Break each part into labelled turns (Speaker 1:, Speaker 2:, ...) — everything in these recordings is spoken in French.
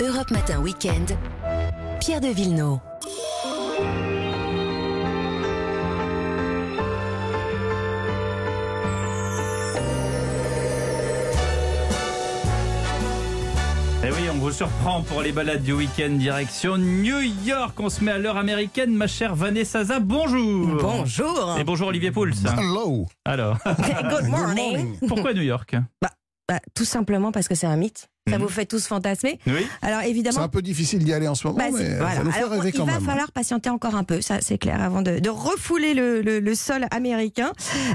Speaker 1: Europe Matin Weekend, Pierre de Villeneuve.
Speaker 2: Et Eh oui, on vous surprend pour les balades du week-end direction New York. On se met à l'heure américaine, ma chère Vanessa Zah, bonjour.
Speaker 3: Bonjour.
Speaker 2: Et bonjour Olivier Pouls.
Speaker 4: Hello.
Speaker 2: Alors,
Speaker 3: Good morning.
Speaker 2: pourquoi New York
Speaker 3: Bah, tout simplement parce que c'est un mythe.
Speaker 4: Hmm.
Speaker 3: Ça vous fait tous fantasmer.
Speaker 2: Oui.
Speaker 3: Alors
Speaker 4: C'est un
Speaker 3: évidemment.
Speaker 4: peu difficile d'y aller en ce moment,
Speaker 3: bah, c'est-
Speaker 4: mais
Speaker 3: voilà.
Speaker 4: ça nous fait
Speaker 3: Alors,
Speaker 4: rêver
Speaker 3: il
Speaker 4: quand
Speaker 3: va
Speaker 4: même. hein.
Speaker 3: falloir patienter encore un peu, ça c'est clair, avant de, de refouler le, le- le sol américain.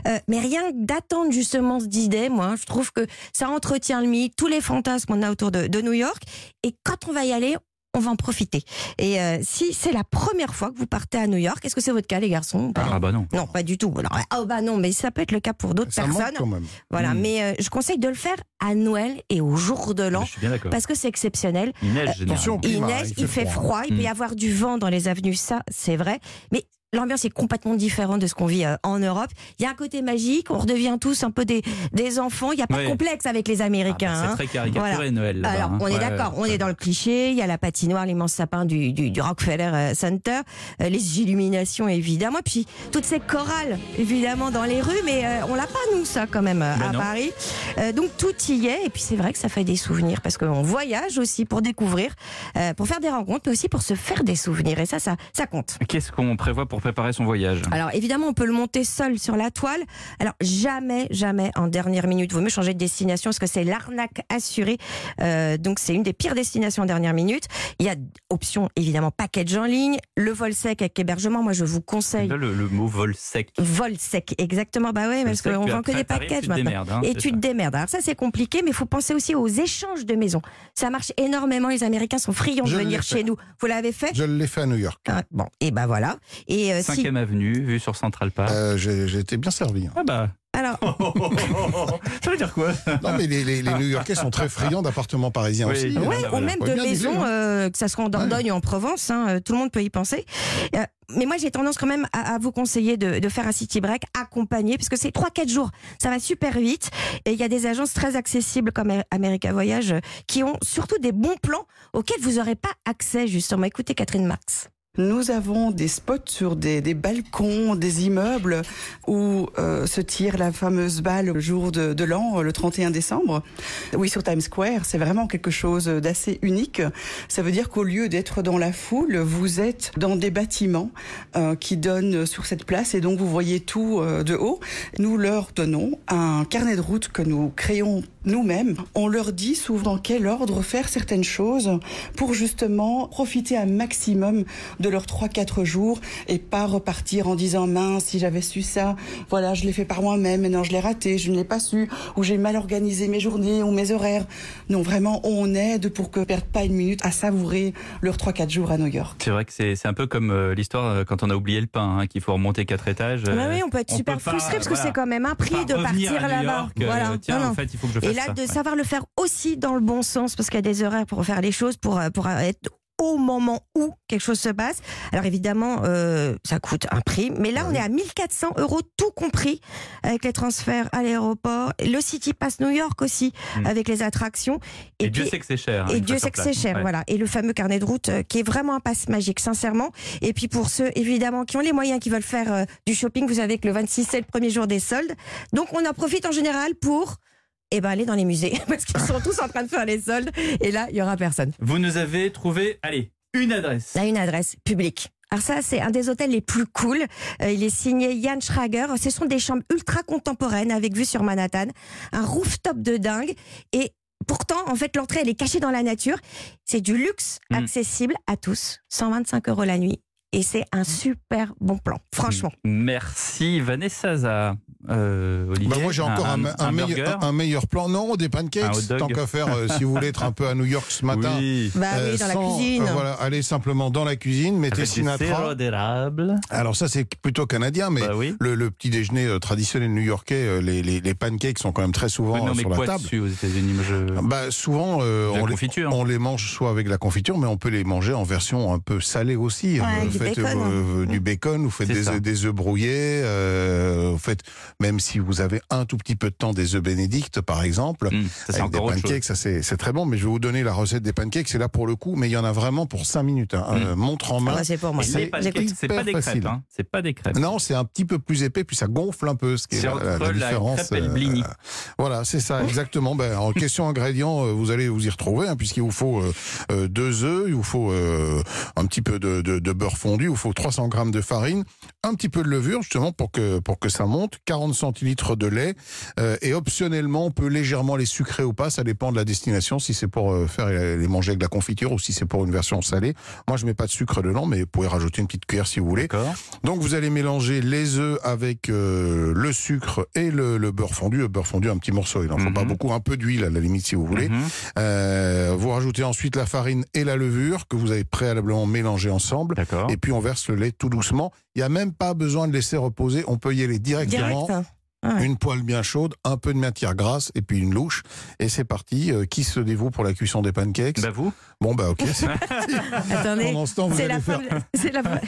Speaker 3: Euh, mais rien que d'attendre justement cette idée, moi, je trouve que ça entretient le mythe, tous les fantasmes qu'on a autour de, de New York. Et quand on va y aller, on va en profiter. Et euh, si c'est la première fois que vous partez à New York, est-ce que c'est votre cas, les garçons ou pas
Speaker 2: Ah bah non.
Speaker 3: Non, pas du tout. Alors, ah bah non, mais ça peut être le cas pour d'autres
Speaker 4: Ça manque
Speaker 3: personnes.
Speaker 4: quand même.
Speaker 3: Voilà,
Speaker 2: Mm.
Speaker 3: mais euh, je conseille de le faire à Noël et au jour de l'an
Speaker 2: Je Ah suis bien d'accord.
Speaker 3: parce que c'est exceptionnel.
Speaker 2: Il neige
Speaker 4: Attention
Speaker 2: généralement.
Speaker 4: au
Speaker 3: Il
Speaker 4: climat,
Speaker 3: neige, il fait froid, il peut y
Speaker 2: Mm.
Speaker 3: avoir du vent dans les avenues, ça c'est vrai. Mais l'ambiance est complètement différente de ce qu'on vit euh, en Europe. Il y a un côté magique, on redevient tous un peu des, des enfants, il n'y a pas
Speaker 2: Ouais.
Speaker 3: de complexe avec les
Speaker 2: Ah
Speaker 3: Américains.
Speaker 2: bah, C'est
Speaker 3: hein.
Speaker 2: très caricaturé
Speaker 3: Voilà.
Speaker 2: Noël. là-bas,
Speaker 3: Alors,
Speaker 2: hein.
Speaker 3: on est
Speaker 2: Ouais,
Speaker 3: d'accord,
Speaker 2: ouais.
Speaker 3: on est dans le cliché. Il y a la patinoire, l'immense sapin du, du- du Rockefeller Center, euh, les illuminations évidemment, puis toutes ces chorales évidemment dans les rues, mais euh, on l'a pas nous ça quand même euh,
Speaker 2: Ben
Speaker 3: à
Speaker 2: non.
Speaker 3: Paris. Euh, donc tout y est, et puis c'est vrai que ça fait des souvenirs parce qu'on voyage aussi pour découvrir, euh, pour faire des rencontres, mais aussi pour se faire des souvenirs, et ça, ça, ça compte.
Speaker 2: Qu'est-ce qu'on prévoit pour préparer son voyage
Speaker 3: Alors évidemment, on peut le monter seul sur la toile. Alors jamais, jamais en dernière minute, vaut mieux changer de destination parce que c'est l'arnaque assurée. Euh, donc c'est une des pires destinations en dernière minute. Il y a option évidemment package en ligne, le vol sec avec hébergement. Moi, je vous conseille
Speaker 2: Là, le, le mot vol sec.
Speaker 3: vol sec exactement. Bah ouais,
Speaker 2: Vol
Speaker 3: parce
Speaker 2: sec,
Speaker 3: qu'on
Speaker 2: puis
Speaker 3: vend que
Speaker 2: après,
Speaker 3: des
Speaker 2: t'arrives,
Speaker 3: packages
Speaker 2: tu te
Speaker 3: maintenant.
Speaker 2: démerdes, hein,
Speaker 3: Et
Speaker 2: c'est
Speaker 3: tu
Speaker 2: ça.
Speaker 3: te démerdes. Alors ça c'est compliqué, mais il faut penser aussi aux échanges de maisons. Ça marche énormément. Les Américains sont friands
Speaker 4: Je
Speaker 3: de
Speaker 4: l'ai
Speaker 3: venir
Speaker 4: fait.
Speaker 3: chez nous. Vous l'avez fait
Speaker 4: Je l'ai fait à New York.
Speaker 3: Ah, Bon, et ben voilà. Et euh, si
Speaker 2: Cinquième avenue, vue sur Central Park.
Speaker 4: Euh, J'ai j'ai été bien servi. hein.
Speaker 2: Ah bah.
Speaker 3: alors
Speaker 2: Ça veut dire quoi
Speaker 4: Non, mais les, les- les New-Yorkais sont très friands d'appartements parisiens
Speaker 2: Oui.
Speaker 4: aussi. hein.
Speaker 2: Ah,
Speaker 3: Ouais,
Speaker 2: bah,
Speaker 3: ou
Speaker 2: voilà.
Speaker 3: même
Speaker 4: Faut
Speaker 3: de
Speaker 4: bien viser,
Speaker 3: maisons,
Speaker 4: hein.
Speaker 3: euh, que ça soit en Dordogne ou en Provence, hein, euh, tout le monde peut y penser. Euh, mais moi, j'ai tendance quand même à, à vous conseiller de, de faire un city break accompagné, parce que c'est 3-4 jours, ça va super vite. Et il y a des agences très accessibles comme Amer- America Voyage euh, qui ont surtout des bons plans auxquels vous n'aurez pas accès, justement. Écoutez Catherine Marx.
Speaker 5: Nous avons des spots sur des, des balcons, des immeubles où euh, se tire la fameuse balle le jour de, de l'an, euh, le 31 décembre. Oui, sur Times Square, c'est vraiment quelque chose d'assez unique. Ça veut dire qu'au lieu d'être dans la foule, vous êtes dans des bâtiments euh, qui donnent sur cette place et donc vous voyez tout euh, de haut. Nous leur donnons un carnet de route que nous créons nous-mêmes. On leur dit souvent dans quel ordre faire certaines choses pour justement profiter un maximum de leurs 3-4 jours et pas repartir en disant mince si j'avais su ça, voilà je l'ai fait par moi-même, mais non je l'ai raté, je ne l'ai pas su, ou j'ai mal organisé mes journées ou mes horaires. Non vraiment on aide pour que ne perdent pas une minute à savourer leurs 3-4 jours à New York.
Speaker 2: C'est vrai que c'est c'est un peu comme euh, l'histoire euh, quand on a oublié le pain, hein, qu'il faut remonter quatre étages. euh,
Speaker 3: Bah oui, on peut être
Speaker 2: on
Speaker 3: super
Speaker 2: peut pas,
Speaker 3: frustré, parce que
Speaker 2: voilà.
Speaker 3: c'est quand même un prix
Speaker 2: pas
Speaker 3: de
Speaker 2: revenir
Speaker 3: partir
Speaker 2: à New
Speaker 3: là-bas.
Speaker 2: York, euh,
Speaker 3: Voilà.
Speaker 2: Tiens,
Speaker 3: Non, non.
Speaker 2: en fait, il faut que je fasse
Speaker 3: Et là,
Speaker 2: ça.
Speaker 3: de
Speaker 2: Ouais.
Speaker 3: savoir le faire aussi dans le bon sens, parce qu'il y a des horaires pour faire les choses, pour, euh, pour être au moment où quelque chose se passe. Alors évidemment, euh, ça coûte un prix, mais
Speaker 2: Bah
Speaker 3: là, on est à 1400 euros, tout compris, avec les transferts à l'aéroport, le City Pass New York aussi,
Speaker 2: Mm.
Speaker 3: avec les attractions.
Speaker 2: Et,
Speaker 3: puis-
Speaker 2: Dieu sait que c'est cher. hein,
Speaker 3: et
Speaker 2: une
Speaker 3: Dieu
Speaker 2: fois
Speaker 3: sait
Speaker 2: sur
Speaker 3: que c'est
Speaker 2: place.
Speaker 3: cher,
Speaker 2: Ouais.
Speaker 3: voilà. Et le fameux carnet de route euh, qui est vraiment un passe magique, sincèrement. Et puis pour ceux, évidemment, qui ont les moyens, qui veulent faire euh, du shopping, vous savez que le 26, c'est le premier jour des soldes. Donc on en profite en général pour eh ben, aller dans les musées, parce qu'ils sont tous en train de faire les soldes. Et là, il y aura personne.
Speaker 2: Vous nous avez trouvé, allez, une adresse.
Speaker 3: Là, une adresse publique. Alors ça, c'est un des hôtels les plus cool. Euh, il est signé Jan Schrager. Ce sont des chambres ultra contemporaines avec vue sur Manhattan. Un rooftop de dingue. Et pourtant, en fait, l'entrée, elle est cachée dans la nature. C'est du luxe
Speaker 2: Mm.
Speaker 3: accessible à tous. 125 euros la nuit. Et c'est
Speaker 4: Mm.
Speaker 3: un super bon plan. Franchement.
Speaker 2: Merci Vanessa Zaza. Euh, Olivier,
Speaker 4: Bah, moi, j'ai encore un, un
Speaker 2: burger,
Speaker 4: meilleur, un meilleur plan. Non, des
Speaker 2: Un
Speaker 4: pancakes.
Speaker 2: hot dog.
Speaker 4: Tant qu'à faire, euh, si vous voulez être un peu à New York ce matin.
Speaker 2: Oui.
Speaker 3: Bah
Speaker 4: euh,
Speaker 3: oui, dans la
Speaker 4: sans,
Speaker 3: cuisine.
Speaker 4: euh, voilà, allez simplement dans la cuisine, mettez
Speaker 2: Avec du sirop
Speaker 4: Sinatra.
Speaker 2: d'érable.
Speaker 4: Alors ça, c'est plutôt canadien, mais
Speaker 2: Bah oui.
Speaker 4: le, le petit déjeuner euh, traditionnel new-yorkais, euh, les, les, les pancakes sont quand même très souvent
Speaker 2: non,
Speaker 4: euh,
Speaker 2: mais
Speaker 4: sur
Speaker 2: quoi
Speaker 4: la table.
Speaker 2: dessus aux États-Unis moi, je...
Speaker 4: Bah, souvent, euh,
Speaker 2: De la
Speaker 4: on, les,
Speaker 2: confiture.
Speaker 4: on les mange soit avec la confiture, mais on peut les manger en version un peu salée aussi.
Speaker 5: Ouais, avec
Speaker 4: euh,
Speaker 5: du Mm.
Speaker 4: faites
Speaker 3: bacon,
Speaker 4: euh, du bacon, vous faites
Speaker 2: C'est
Speaker 4: des,
Speaker 2: ça.
Speaker 4: œufs- des œufs brouillés, euh, vous faites, même si vous avez un tout petit peu de temps, des œufs bénédicts, par exemple.
Speaker 2: Hum, ça, c'est
Speaker 4: bah, Avec des
Speaker 2: encore autre chose.
Speaker 4: pancakes, ça c'est c'est très bon, mais je vais vous donner la recette des pancakes, c'est là pour le coup, mais il y en a vraiment pour 5 minutes. hein.
Speaker 2: Mm.
Speaker 4: Euh, montre en
Speaker 3: Ah
Speaker 4: main.
Speaker 3: bah, c'est pour moi.
Speaker 2: Et les
Speaker 4: c'est
Speaker 2: pancakes, c'est pas
Speaker 4: hyper
Speaker 2: des crêpes.
Speaker 4: facile.
Speaker 2: hein. C'est pas des crêpes.
Speaker 4: Non, c'est un petit peu plus épais, puis ça gonfle un peu, ce qui est
Speaker 2: C'est
Speaker 4: la,
Speaker 2: entre
Speaker 4: la- la
Speaker 2: la
Speaker 4: différence. euh,
Speaker 2: crêpe et le blini.
Speaker 4: voilà, c'est ça, exactement. Ben, en question ingrédients, euh, vous allez vous y retrouver, hein, puisqu'il vous faut euh, euh, deux œufs, il vous faut euh, un petit peu de, de- de beurre fondu, il vous faut 300 grammes de farine, un petit peu de levure justement pour que pour que ça monte, 40 centilitres de lait, euh, et optionnellement, on peut légèrement les sucrer ou pas, ça dépend de la destination. Si c'est pour euh, faire euh, les manger avec de la confiture ou si c'est pour une version salée. Moi, je mets pas de sucre dedans, mais vous pouvez rajouter une petite cuillère si vous voulez.
Speaker 2: D'accord.
Speaker 4: Donc vous allez mélanger les œufs avec euh, le sucre et le, le beurre fondu. Le beurre fondu, un petit morceau, il n'en faut
Speaker 2: Mhm.
Speaker 4: pas beaucoup, un peu d'huile à la limite si vous voulez.
Speaker 2: Mhm.
Speaker 4: Euh, vous rajoutez ensuite la farine et la levure que vous avez préalablement mélangé ensemble.
Speaker 2: D'accord.
Speaker 4: Et puis on verse le lait tout doucement. Il n'y a même pas besoin de laisser reposer, on peut y aller directement.
Speaker 3: Direct. hein. Ouais.
Speaker 4: Une poêle bien chaude, un peu de matière grasse et puis une louche. Et c'est parti. Euh, qui se dévoue pour la cuisson des pancakes
Speaker 2: Bah vous
Speaker 4: Bon bah ok, c'est parti.
Speaker 3: Attendez.
Speaker 4: Pendant ce temps,
Speaker 3: Ben.
Speaker 4: vous
Speaker 3: C'est
Speaker 4: allez
Speaker 3: la,
Speaker 4: faire
Speaker 3: fin de- c'est la fin.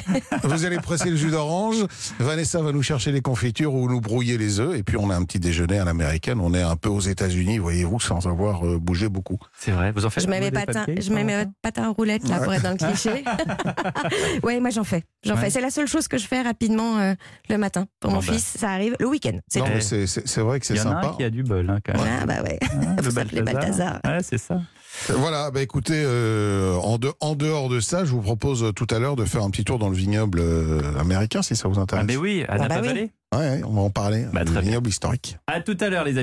Speaker 4: vous allez presser le jus d'orange. Vanessa va nous chercher les confitures ou nous brouiller les œufs. Et puis on a un petit déjeuner à l'américaine. On est un peu aux États-Unis, voyez-vous, sans avoir euh, bougé beaucoup.
Speaker 2: C'est vrai, vous en faites
Speaker 3: Je mets mes
Speaker 2: des
Speaker 3: patins,
Speaker 2: pancakes,
Speaker 3: je mets mes patins à roulettes là pour être dans le cliché. ouais, moi j'en fais, j'en
Speaker 2: Ouais.
Speaker 3: fais. C'est la seule chose que je fais rapidement euh, le matin pour mon
Speaker 2: Bon, bah.
Speaker 3: fils. Ça arrive le week-end. C'est
Speaker 4: Non,
Speaker 2: vrai.
Speaker 4: mais c'est- c'est c'est vrai que
Speaker 2: Il
Speaker 4: c'est
Speaker 2: y en a un
Speaker 4: sympa.
Speaker 2: qui a du bol, hein, quand
Speaker 3: tout.
Speaker 2: même.
Speaker 3: Ah bah ouais.
Speaker 2: Hein,
Speaker 3: Faut
Speaker 2: le
Speaker 3: s'appeler Balthazar.
Speaker 2: Ouais, c'est ça.
Speaker 4: Voilà, bah écoutez, euh, en, de- en dehors de ça, je vous propose euh, tout à l'heure de faire un petit tour dans le vignoble euh, américain, si ça vous
Speaker 2: Ah,
Speaker 4: intéresse.
Speaker 2: mais oui, à
Speaker 3: Ah
Speaker 2: Napa
Speaker 3: bah oui.
Speaker 2: Valley.
Speaker 4: Ouais, on va en parler.
Speaker 2: Bah,
Speaker 4: Le
Speaker 2: très bien.
Speaker 4: vignoble historique.
Speaker 2: À tout à l'heure, les amis.